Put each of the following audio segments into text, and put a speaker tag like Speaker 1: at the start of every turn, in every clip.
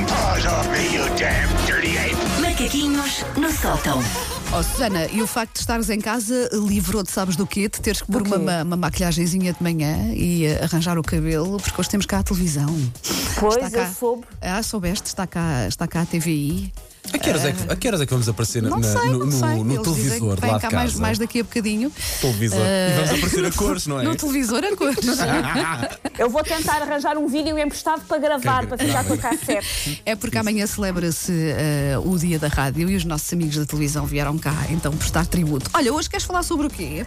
Speaker 1: off me, you damn dirty ape!
Speaker 2: Macaquinhos no sótão.
Speaker 3: Oh, Susana, e o facto de estares em casa livrou-te, sabes do quê? De teres que pôr uma, ma- uma maquilhagenzinha de manhã e eh, arranjar o cabelo, porque hoje temos cá a televisão. Está
Speaker 4: Pois,
Speaker 3: cá.
Speaker 4: eu soube.
Speaker 3: Ah, soubeste, está cá, está cá a TVI.
Speaker 5: A que, horas é que, a que horas é que vamos aparecer na-
Speaker 3: Ah. Não
Speaker 5: na-
Speaker 3: sei,
Speaker 5: no,
Speaker 3: não
Speaker 5: no-
Speaker 3: sei.
Speaker 5: no
Speaker 3: Eles dizem
Speaker 5: televisor
Speaker 3: que
Speaker 5: de
Speaker 3: vem
Speaker 5: lá
Speaker 3: cá
Speaker 5: de
Speaker 3: mais,
Speaker 5: casa?
Speaker 3: mais daqui a bocadinho. Ah,
Speaker 5: Televisor. E vamos aparecer a cores, não é?
Speaker 3: No televisor a cores.
Speaker 4: Eu vou tentar arranjar um vídeo emprestado para gravar, para ficar com a cassete.
Speaker 3: É porque amanhã celebra-se eh, o Dia da Rádio e os nossos amigos da televisão vieram cá, então, prestar tributo. Olha, hoje queres falar sobre o quê?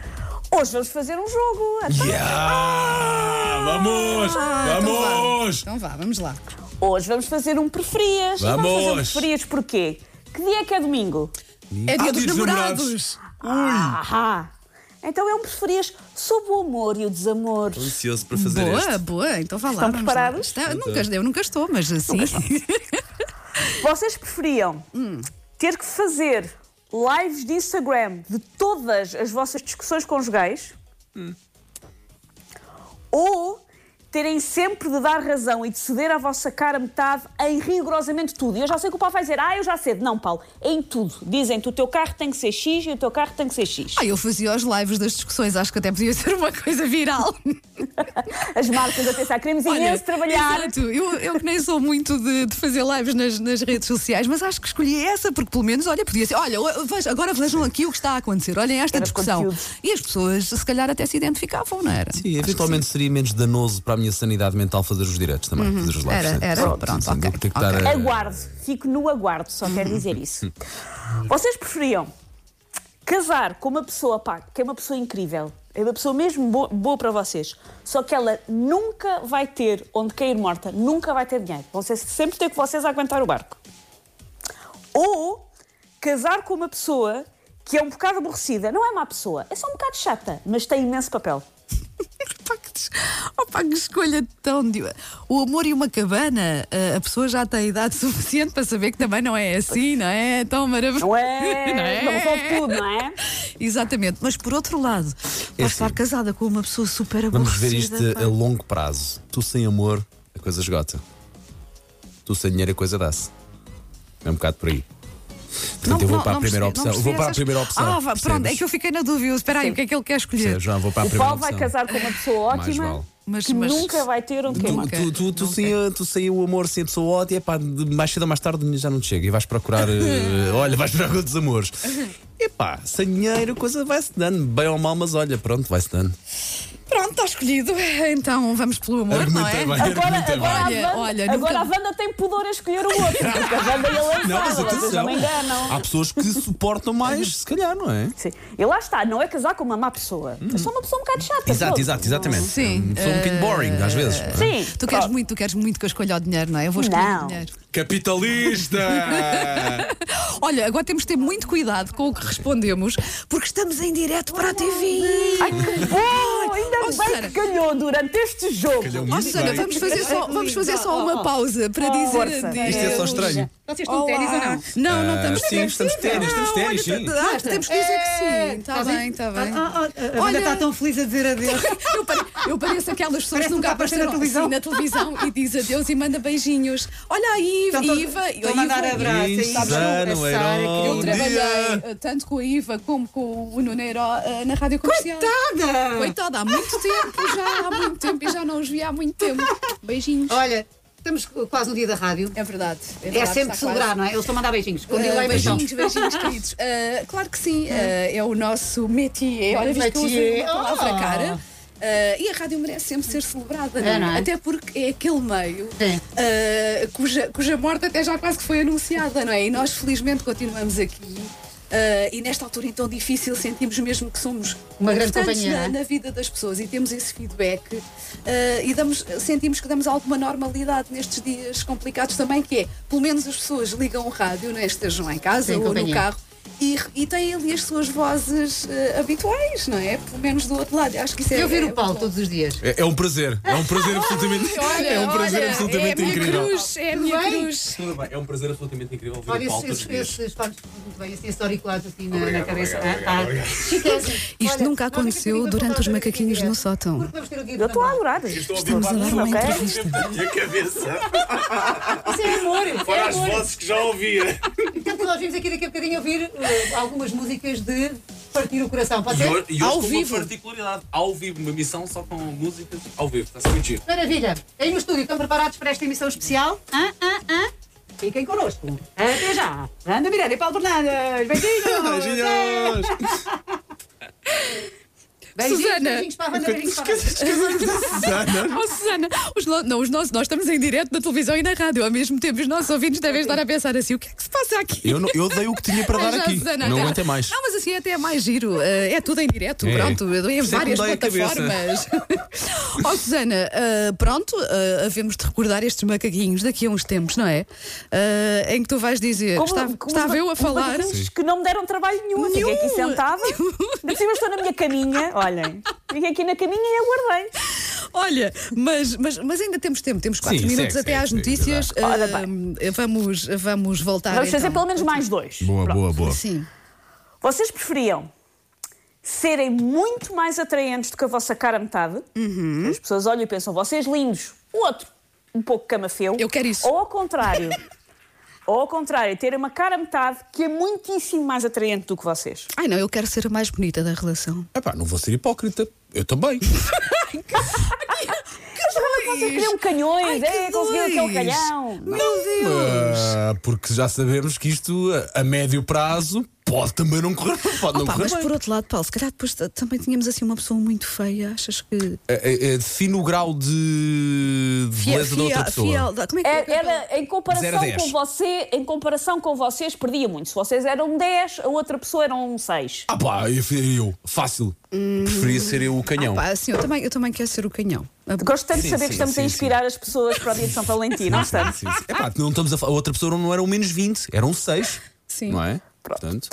Speaker 4: Hoje vamos fazer um jogo. então.
Speaker 5: Yeah! Vamos! Vamos!
Speaker 3: Ah, Então vá, vamos lá.
Speaker 4: Hoje vamos fazer um preferias. E Vamos fazer um
Speaker 5: Vamos.
Speaker 4: preferias porquê? Que dia é que é domingo?
Speaker 3: É Dia
Speaker 5: Ah,
Speaker 3: dos
Speaker 5: Dia dos
Speaker 3: Namorados.
Speaker 5: Namorados.
Speaker 4: Ahá. Então é um preferias sobre o amor e o desamor.
Speaker 5: Ansioso para fazer
Speaker 3: boa,
Speaker 5: este. Então.
Speaker 3: boa, então vá lá.
Speaker 4: Estão
Speaker 3: vamos lá.
Speaker 4: preparados?
Speaker 3: Está- nunca, eu nunca estou, mas assim.
Speaker 4: Vocês preferiam ter que fazer lives de Instagram de todas as vossas discussões conjugais ou terem sempre de dar razão e de ceder à vossa cara metade em rigorosamente tudo. E eu já sei que o Paulo vai dizer, ah, eu já cedo. Não, Paulo, em tudo. Dizem-te o teu carro tem que ser X e o teu carro tem que ser X.
Speaker 3: Ah, eu fazia os lives das discussões, acho que até podia ser uma coisa viral.
Speaker 4: As marcas a pensar, queremos imenso trabalhar.
Speaker 3: Exato, eu, eu que nem sou muito de, de fazer lives nas, nas redes sociais, mas acho que escolhi essa, porque pelo menos, olha, podia ser. Olha, o- veja, agora vejam aqui o que está a acontecer, olhem esta
Speaker 4: Era
Speaker 3: discussão.
Speaker 4: conteúdo.
Speaker 3: E as pessoas, se calhar, até se identificavam, não era?
Speaker 5: Sim, eventualmente seria menos danoso para a minha sanidade mental fazer os diretos também, fazer os lives.
Speaker 3: Uhum. Era,
Speaker 5: sim,
Speaker 3: era.
Speaker 5: sim, sim,
Speaker 3: Pronto,
Speaker 5: sim,
Speaker 3: ok,
Speaker 5: do que ter que
Speaker 3: ok.
Speaker 5: estar a-
Speaker 4: Aguardo, fico no aguardo, só quero dizer isso. Vocês preferiam casar com uma pessoa, pá, que é uma pessoa incrível, é uma pessoa mesmo bo- boa para vocês, só que ela nunca vai ter onde cair morta, nunca vai ter dinheiro. Vão ser- sempre ter que vocês aguentar o barco. Ou casar com uma pessoa que é um bocado aborrecida, não é má pessoa, é só um bocado chata, mas tem imenso papel.
Speaker 3: Opa, que, des- opa, Oh, que escolha tão. de- O amor e uma cabana, eh, a- a pessoa já tem idade suficiente para saber que também não é assim, não é? É Tão maravilhoso.
Speaker 4: Não é? Não resolve tudo, não é?
Speaker 3: Exatamente, mas por outro lado,
Speaker 5: É
Speaker 3: posso estar
Speaker 5: assim.
Speaker 3: casada com uma pessoa super aborrecida.
Speaker 5: Vamos ver isto eh,
Speaker 3: pá.
Speaker 5: a longo prazo. Tu sem amor, a coisa esgota. Tu sem dinheiro, a coisa dá-se. É um bocado por aí. Portanto, eu vou para a primeira
Speaker 3: percebi,
Speaker 5: opção. Eu
Speaker 3: não
Speaker 5: vou para a
Speaker 3: percebi
Speaker 5: primeira
Speaker 3: essas-
Speaker 5: opção.
Speaker 3: Ah, vá, pronto, é que eu fiquei na dúvida. Espera aí,
Speaker 4: Sim.
Speaker 3: o que é que ele quer escolher?
Speaker 5: João, vou para a
Speaker 4: O
Speaker 5: primeira
Speaker 4: Paulo
Speaker 5: opção.
Speaker 4: vai casar com uma pessoa
Speaker 5: Mais
Speaker 4: ótima.
Speaker 5: vale.
Speaker 3: Mas,
Speaker 4: Que
Speaker 3: mas-
Speaker 4: nunca vai ter um onde queimar.
Speaker 5: Tu, tu, tu, tu, sem, a- tu sem o amor, sem a pessoa ótima, epá, de- mais cedo ou mais tarde já não te chega e vais procurar, eh, olha, vais procurar outros amores. Epá, sem dinheiro, a coisa vai-se dando, bem ou mal, mas olha, pronto, vai-se dando.
Speaker 3: Pronto, está escolhido. Então vamos pelo amor, não é?
Speaker 5: bem,
Speaker 4: Agora,
Speaker 5: argumenta
Speaker 4: agora,
Speaker 5: bem.
Speaker 4: a,
Speaker 3: Olha,
Speaker 4: Wanda,
Speaker 3: olha,
Speaker 4: agora
Speaker 3: nunca-
Speaker 4: a Wanda tem pudor a escolher o outro. Porque a Wanda e a Lançada,
Speaker 5: Não, mas
Speaker 4: vocês não
Speaker 5: atenção,
Speaker 4: me enganam.
Speaker 5: há pessoas que suportam mais, se calhar, não é?
Speaker 4: Sim. E lá está, não é casar com uma má pessoa. É só uma pessoa um bocado chata.
Speaker 5: Hum. Exato,
Speaker 4: pronto.
Speaker 5: exato, exatamente.
Speaker 3: Sim,
Speaker 5: Sou um bocadinho boring, às vezes. não é?
Speaker 4: Sim.
Speaker 3: Tu queres,
Speaker 4: pronto.
Speaker 3: muito, tu queres muito que eu escolha o dinheiro, não é? Eu vou escolher o
Speaker 4: Não.
Speaker 3: dinheiro.
Speaker 5: Capitalista!
Speaker 3: Olha, agora temos de ter muito cuidado com o que respondemos, porque estamos em direto para a TV.
Speaker 4: Ai, que bom! Ainda
Speaker 3: Oh,
Speaker 4: bem
Speaker 3: Susana.
Speaker 4: que calhou durante este jogo.
Speaker 3: Ó, Susana, vamos fazer só, vamos fazer só uma pausa para dizer
Speaker 4: força.
Speaker 5: Isto é só estranho.
Speaker 6: Vocês estão ténis ou não?
Speaker 3: um Não, não
Speaker 5: Ah,
Speaker 3: estamos
Speaker 5: sim, estamos de ténis, estamos de ténis, sim.
Speaker 3: Ah, temos que dizer que sim. Está
Speaker 6: Fazem-
Speaker 3: bem, está bem.
Speaker 6: É. tá Ah, ah, ah, a
Speaker 3: Olha-
Speaker 6: Olha, está tão feliz a dizer adeus.
Speaker 3: Eu, pare- eu pareço aquelas pessoas
Speaker 6: Parece
Speaker 3: que nunca
Speaker 6: que aparece
Speaker 3: apareceram
Speaker 6: na televisão.
Speaker 3: assim, na televisão e diz adeus e manda beijinhos. Olha a Iva,
Speaker 6: Estão-
Speaker 3: Iva,
Speaker 6: estão então, a mandar
Speaker 3: Iva-
Speaker 6: abraço. aí,
Speaker 5: Susana,
Speaker 6: sabes, a Sara,
Speaker 5: Herói.
Speaker 6: querida.
Speaker 3: Eu
Speaker 5: Bom
Speaker 3: trabalhei
Speaker 5: dia.
Speaker 3: eh, tanto com a Iva como com o Nuno Herói, eh, na rádio comercial.
Speaker 6: Coitada!
Speaker 3: Coitada, há muito tempo já, há muito tempo e já não os vi há muito tempo. Beijinhos.
Speaker 6: Olha, estamos quase no dia da rádio.
Speaker 3: É verdade.
Speaker 6: É,
Speaker 3: verdade, está
Speaker 6: sempre celebrar,
Speaker 3: quase.
Speaker 6: não é? então. Eles estão a mandar beijinhos. Quando
Speaker 3: Eh,
Speaker 6: ele beijinhos.
Speaker 3: beijinhos, beijinhos, queridos. Eh, claro que sim, eh, é o nosso métier. Olha, viste que eu usei
Speaker 6: Métier.
Speaker 3: uma palavra
Speaker 6: Oh.
Speaker 3: cara. Eh, e a rádio merece sempre ser celebrada, não é?
Speaker 6: É, não é?
Speaker 3: Até porque é aquele meio
Speaker 6: É.
Speaker 3: eh, cuja, cuja morte até já quase que foi anunciada, não é? E nós felizmente continuamos aqui. eh, e nesta altura tão difícil sentimos mesmo que somos
Speaker 6: Uma grande
Speaker 3: importantes
Speaker 6: companhia,
Speaker 3: na,
Speaker 6: não é?
Speaker 3: na vida das pessoas e temos esse feedback eh, e damos, sentimos que damos alguma normalidade nestes dias complicados também, que é, pelo menos as pessoas ligam o rádio, não é? estejam em casa
Speaker 6: Sim,
Speaker 3: ou no
Speaker 6: companhia.
Speaker 3: carro, E, e tem ali as suas vozes eh, habituais, não é? Pelo menos do outro lado. Acho que isso é.
Speaker 6: Eu ouvir
Speaker 3: é
Speaker 6: o Paulo
Speaker 3: bom.
Speaker 6: todos os dias.
Speaker 5: É, é um prazer. É um prazer absolutamente.
Speaker 3: Olha,
Speaker 5: é um prazer
Speaker 3: olha,
Speaker 5: absolutamente
Speaker 3: é a minha
Speaker 5: incrível.
Speaker 3: Cruz, é a minha
Speaker 6: bem?
Speaker 3: cruz.
Speaker 5: Tudo bem, É um prazer absolutamente incrível ver
Speaker 6: Olha,
Speaker 5: o Paulo todos
Speaker 6: esses,
Speaker 5: os
Speaker 6: esses,
Speaker 5: dias.
Speaker 6: esses fones, muito bem, assim, esse auriculado assim na, na cabeça. Ah, tá.
Speaker 7: Isto nunca
Speaker 6: Olha, nós é que
Speaker 7: aconteceu
Speaker 6: pedimos
Speaker 7: durante
Speaker 6: para
Speaker 7: os
Speaker 6: falar
Speaker 7: macaquinhos
Speaker 3: é
Speaker 6: daqui a
Speaker 7: no
Speaker 6: dias.
Speaker 7: sótão.
Speaker 6: Porque vamos ter aqui o
Speaker 4: Eu estou a
Speaker 6: Fernando.
Speaker 4: adorar.
Speaker 7: Estamos a dar uma entrevista.
Speaker 8: minha cabeça.
Speaker 6: Isso é amor, isso é
Speaker 8: Para as
Speaker 6: amor.
Speaker 8: vozes que já ouvia.
Speaker 6: Portanto, nós vimos aqui daqui a bocadinho ouvir eh, algumas músicas de partir o coração. Pode ser?
Speaker 5: E
Speaker 7: Ao
Speaker 5: hoje com
Speaker 7: vivo.
Speaker 5: uma particularidade, ao vivo, uma missão só com músicas ao vivo. Está-se muito giro.
Speaker 6: Maravilha. Aí no estúdio, estão preparados para esta emissão especial? Hã? Hã? Hã? Fiquem connosco. Até já. Ana Miranda e Paulo Fernandes. Beijinhos.
Speaker 5: Beijinhos!
Speaker 6: Beijinhos,
Speaker 3: Susana.
Speaker 6: beijinhos para a Ana, beijinhos para a Ana.
Speaker 3: Oh, Susana, os no- não, os nossos, nós estamos em direto na televisão e na rádio. Ao mesmo tempo, os nossos ouvintes devem estar a pensar assim: o que é que se passa aqui?
Speaker 5: Eu, não- eu dei o que tinha para dar
Speaker 3: Já,
Speaker 5: aqui.
Speaker 3: Susana,
Speaker 5: Não
Speaker 3: até-
Speaker 5: aguentei mais.
Speaker 3: Não, mas assim é até é mais giro. Eh, é tudo em direto,
Speaker 5: É.
Speaker 3: pronto. Eu dou em
Speaker 5: Isso é que me
Speaker 3: várias
Speaker 5: dói a cabeça.
Speaker 3: plataformas. Ó Susana, eh, pronto, eh, havemos de recordar estes macaquinhos daqui a uns tempos, não é? Eh, em que tu vais dizer:
Speaker 4: Como-
Speaker 3: estava,
Speaker 4: como
Speaker 3: estava
Speaker 4: os
Speaker 3: eu a
Speaker 4: os
Speaker 3: falar.
Speaker 4: macaquinhos que não me deram trabalho nenhum. Eu Fiquei aqui
Speaker 3: Nenhum.
Speaker 4: sentada. Ainda por cima estou na minha caminha. Olhem, fiquei aqui na caminha e aguardei.
Speaker 3: Olha, mas, mas, mas ainda temos tempo, temos 4
Speaker 5: Sim,
Speaker 3: minutos
Speaker 5: segue,
Speaker 3: até
Speaker 5: segue,
Speaker 3: às
Speaker 5: segue,
Speaker 3: notícias.
Speaker 4: Ora
Speaker 3: Ah, vamos, vamos voltar.
Speaker 4: Vamos fazer
Speaker 3: então.
Speaker 4: pelo menos mais dois.
Speaker 5: Boa,
Speaker 4: Pronto.
Speaker 5: boa, boa.
Speaker 3: Sim.
Speaker 4: Vocês preferiam serem muito mais atraentes do que a vossa cara a metade?
Speaker 3: Uhum.
Speaker 4: As pessoas olham e pensam, vocês lindos. O outro, um pouco camafeu.
Speaker 3: Eu quero isso.
Speaker 4: Ou ao contrário. ou ao contrário, terem uma cara a metade que é muitíssimo mais atraente do que vocês.
Speaker 3: Ai não, eu quero ser a mais bonita da relação.
Speaker 5: Epá, não vou ser hipócrita. Eu também.
Speaker 4: Então, Vocês queriam canhões,
Speaker 3: Ai, que
Speaker 4: é, conseguiram aquele
Speaker 3: dois.
Speaker 4: calhão.
Speaker 3: Meu Deus!
Speaker 5: Ah, porque já sabemos que isto a, a médio prazo pode também não correr. Pode não
Speaker 3: Opa,
Speaker 5: correr
Speaker 3: mas
Speaker 5: bem.
Speaker 3: por outro lado, Paulo, se calhar depois t- também tínhamos assim uma pessoa muito feia, achas que.
Speaker 5: É, é, é, define o grau de, de beleza da outra pessoa.
Speaker 3: fiel- como é que
Speaker 4: Era,
Speaker 3: é?
Speaker 4: era- em
Speaker 5: Zero a
Speaker 4: comparação
Speaker 5: dez.
Speaker 4: com você, em comparação com vocês, perdia muito. Se vocês eram 10, a outra pessoa era um 6.
Speaker 5: Ah pá, eu, eu fácil. Preferia ser eu o canhão.
Speaker 3: Hum. Pá, assim, eu também, eu também quero ser o canhão. Ah,
Speaker 4: Gosto tanto de
Speaker 5: Sim,
Speaker 4: saber
Speaker 5: sim,
Speaker 4: que estamos
Speaker 5: sim,
Speaker 4: a inspirar as pessoas para o dia de São Valentim, não estamos?
Speaker 5: Sim, sim. Epá, não estamos a, fa- a outra pessoa não era um menos 20, era um 6.
Speaker 3: Sim.
Speaker 5: Não é? Portanto,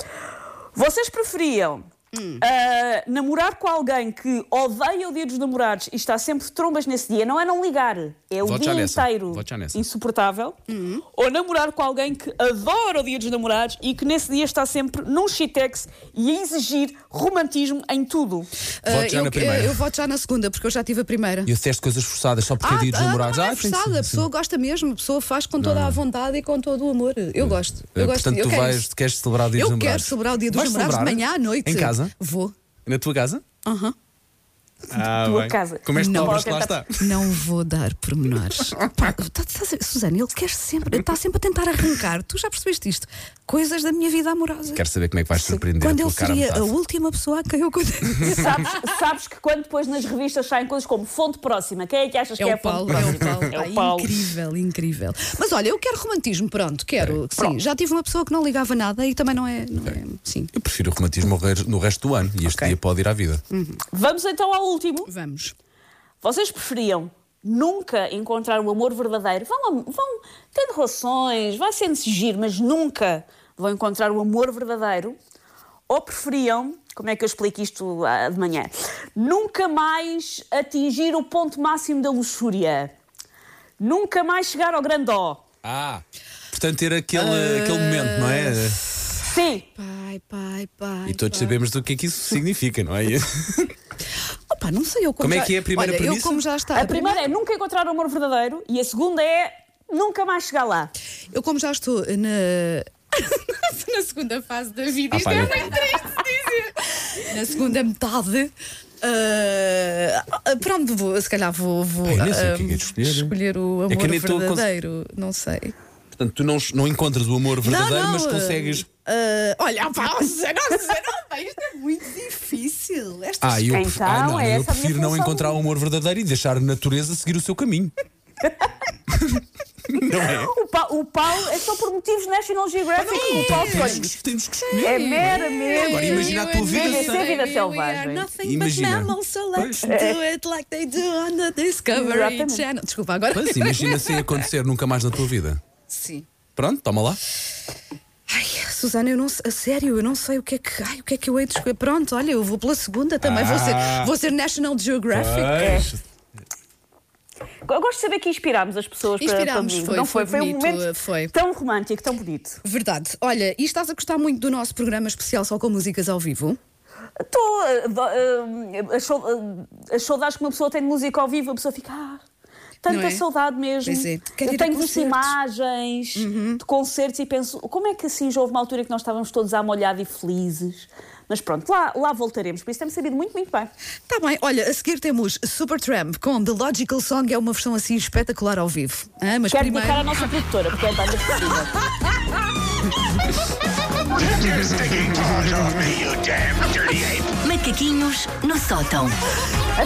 Speaker 4: Vocês preferiam
Speaker 3: Hum.
Speaker 4: ah, namorar com alguém que odeia o dia dos namorados e está sempre de trombas nesse dia? Não é não ligar, é o
Speaker 5: Voto já
Speaker 4: dia
Speaker 5: nessa.
Speaker 4: inteiro
Speaker 5: Voto já nessa.
Speaker 4: insuportável.
Speaker 3: Hum.
Speaker 4: Ou namorar com alguém que adora o dia dos namorados e que nesse dia está sempre num shitex e a exigir romantismo em tudo.
Speaker 3: ah,
Speaker 5: voto já
Speaker 3: eu,
Speaker 5: na primeira.
Speaker 3: eu- eu voto já na segunda, porque eu já tive a primeira.
Speaker 5: eu teste coisas forçadas só porque é
Speaker 3: Ah,
Speaker 5: dia dos
Speaker 3: ah,
Speaker 5: namorados.
Speaker 3: não é
Speaker 5: Ah, tem-
Speaker 3: forçado, a
Speaker 5: sim.
Speaker 3: pessoa gosta mesmo, a pessoa faz com toda a vontade e com todo o amor. Eu gosto. Eu
Speaker 5: Eh,
Speaker 3: gosto
Speaker 5: Portanto,
Speaker 3: eu
Speaker 5: tu
Speaker 3: quero
Speaker 5: vais,
Speaker 3: isso.
Speaker 5: queres celebrar o
Speaker 3: Eu
Speaker 5: dia dos
Speaker 3: quero
Speaker 5: namorados?
Speaker 3: celebrar o dia dos
Speaker 5: Vais
Speaker 3: namorados de
Speaker 5: celebrar?
Speaker 3: manhã à noite.
Speaker 5: Em casa?
Speaker 3: Vou.
Speaker 5: Na tua casa?
Speaker 3: Aham.
Speaker 5: Ah,
Speaker 4: Tua bem. casa.
Speaker 5: Como és que
Speaker 4: Não.
Speaker 5: dobras que lá está?
Speaker 3: Não vou dar pormenores. Pá, tá- tá- Susana, ele quer sempre, está sempre a tentar arrancar. Tu já percebeste isto? Coisas da minha vida amorosa.
Speaker 5: Quero saber como é que vais surpreender
Speaker 3: Quando
Speaker 5: a
Speaker 3: ele
Speaker 5: tua cara.
Speaker 3: seria a
Speaker 5: metade.
Speaker 3: última pessoa a quem eu contei.
Speaker 4: Sabes, sabes que quando depois nas revistas saem coisas como fonte próxima, quem é que achas que é a fonte
Speaker 3: é
Speaker 4: próxima?
Speaker 3: o Paulo. Pá, Incrível, incrível. Mas olha, eu quero romantismo, pronto, quero. Sim, já tive uma pessoa que não ligava nada e também não é. Não é sim.
Speaker 5: Eu prefiro o romantismo ao re- no resto do ano e este
Speaker 3: Ok. Hum.
Speaker 5: dia pode ir à vida.
Speaker 4: Vamos então ao último.
Speaker 3: Vamos.
Speaker 4: Vocês preferiam nunca encontrar o amor verdadeiro? Vão, am- vão tendo relações, vai sendo-se giro, mas nunca vão encontrar o amor verdadeiro? Ou preferiam, como é que eu explico isto ah, de manhã? Nunca mais atingir o ponto máximo da luxúria. Nunca mais chegar ao grande ó.
Speaker 5: Ah! Portanto, ter aquele,
Speaker 3: Ah.
Speaker 5: aquele momento, não é?
Speaker 4: Sim,
Speaker 3: Pai, pai, pai.
Speaker 5: E todos
Speaker 3: pai.
Speaker 5: sabemos do que é que isso significa, não é?
Speaker 3: Opa, não sei eu como.
Speaker 5: Como é
Speaker 3: já-
Speaker 5: que é a primeira
Speaker 3: olha, Eu
Speaker 5: premissa?
Speaker 3: como já está.
Speaker 4: a primeira é nunca encontrar o amor verdadeiro e a segunda é nunca mais chegar lá.
Speaker 3: Eu, como já estou na. na segunda fase da vida,
Speaker 5: Ah,
Speaker 3: isto
Speaker 5: pá,
Speaker 3: é
Speaker 5: eu-
Speaker 3: muito triste dizer. Na segunda metade. ah, pronto, vou, se calhar vou, vou
Speaker 5: Ai, nem sei o
Speaker 3: ah,
Speaker 5: que é que é de escolher.
Speaker 3: o amor
Speaker 5: É que nem estou a cons-
Speaker 3: verdadeiro. Não sei.
Speaker 5: Portanto, tu não, não encontras o amor verdadeiro, mas
Speaker 3: ah,
Speaker 5: consegues.
Speaker 3: ah, olha, ah, pá, nossa, nossa, não, pá, isto é muito difícil. Esta
Speaker 5: Ah, eu,
Speaker 4: Então,
Speaker 5: ah, não,
Speaker 4: é essa a
Speaker 5: eu
Speaker 4: minha
Speaker 5: prefiro não
Speaker 4: função.
Speaker 5: encontrar o amor verdadeiro e deixar a natureza seguir o seu caminho. não é?
Speaker 4: O, pa o Paulo é só por motivos National Geographic que o Paulo escolhe.
Speaker 5: Temos, temos que escolher.
Speaker 4: É meramente.
Speaker 5: Agora imagina a tua vida
Speaker 4: Deve ser vida
Speaker 3: é
Speaker 4: selvagem.
Speaker 5: Imagina.
Speaker 3: so let's do it like they do on the Discovery
Speaker 4: Exatamente.
Speaker 3: Channel. Desculpa, agora.
Speaker 5: Mas imagina sem acontecer nunca mais na tua vida.
Speaker 3: Sim.
Speaker 5: Pronto, toma lá.
Speaker 3: Ai, Jesus. Susana, eu não sei, a sério, eu não sei o que é que, ai, o que é que eu hei de escolher. Pronto, olha, eu vou pela segunda também, vou, ser, vou ser National Geographic.
Speaker 5: Ah. Pois.
Speaker 4: Eu gosto de saber que inspirámos as pessoas para-
Speaker 3: Inspirámos,
Speaker 4: para,
Speaker 3: foi,
Speaker 4: não
Speaker 3: foi
Speaker 4: foi, um
Speaker 3: bonito,
Speaker 4: momento
Speaker 3: foi.
Speaker 4: tão romântico, tão bonito.
Speaker 3: Verdade. Olha, e estás a gostar muito do nosso programa especial só com músicas ao vivo?
Speaker 4: Estou. eh, do- eh, as sau- eh, As saudades que uma pessoa tem de música ao vivo, a pessoa fica. Ah,
Speaker 3: Não
Speaker 4: tanta
Speaker 3: é?
Speaker 4: saudade mesmo.
Speaker 3: Pois é. Quero ir
Speaker 4: Eu
Speaker 3: a
Speaker 4: tenho visto
Speaker 3: concertos. Uhum.
Speaker 4: imagens de concertos e penso, como é que assim já houve uma altura em que nós estávamos todos à molhada e felizes? Mas pronto, lá, lá voltaremos. Por isso temos sabido muito, muito bem.
Speaker 3: Tá bem, olha, a seguir temos Supertramp com The Logical Song, é uma versão assim espetacular ao vivo. Ah, mas
Speaker 4: Quero
Speaker 3: primeiro.
Speaker 4: dedicar à nossa produtora, porque é a banda possível.
Speaker 1: Get your stinking paws off me, you damn dirty ape!
Speaker 2: Macaquinhos no sótão.
Speaker 4: A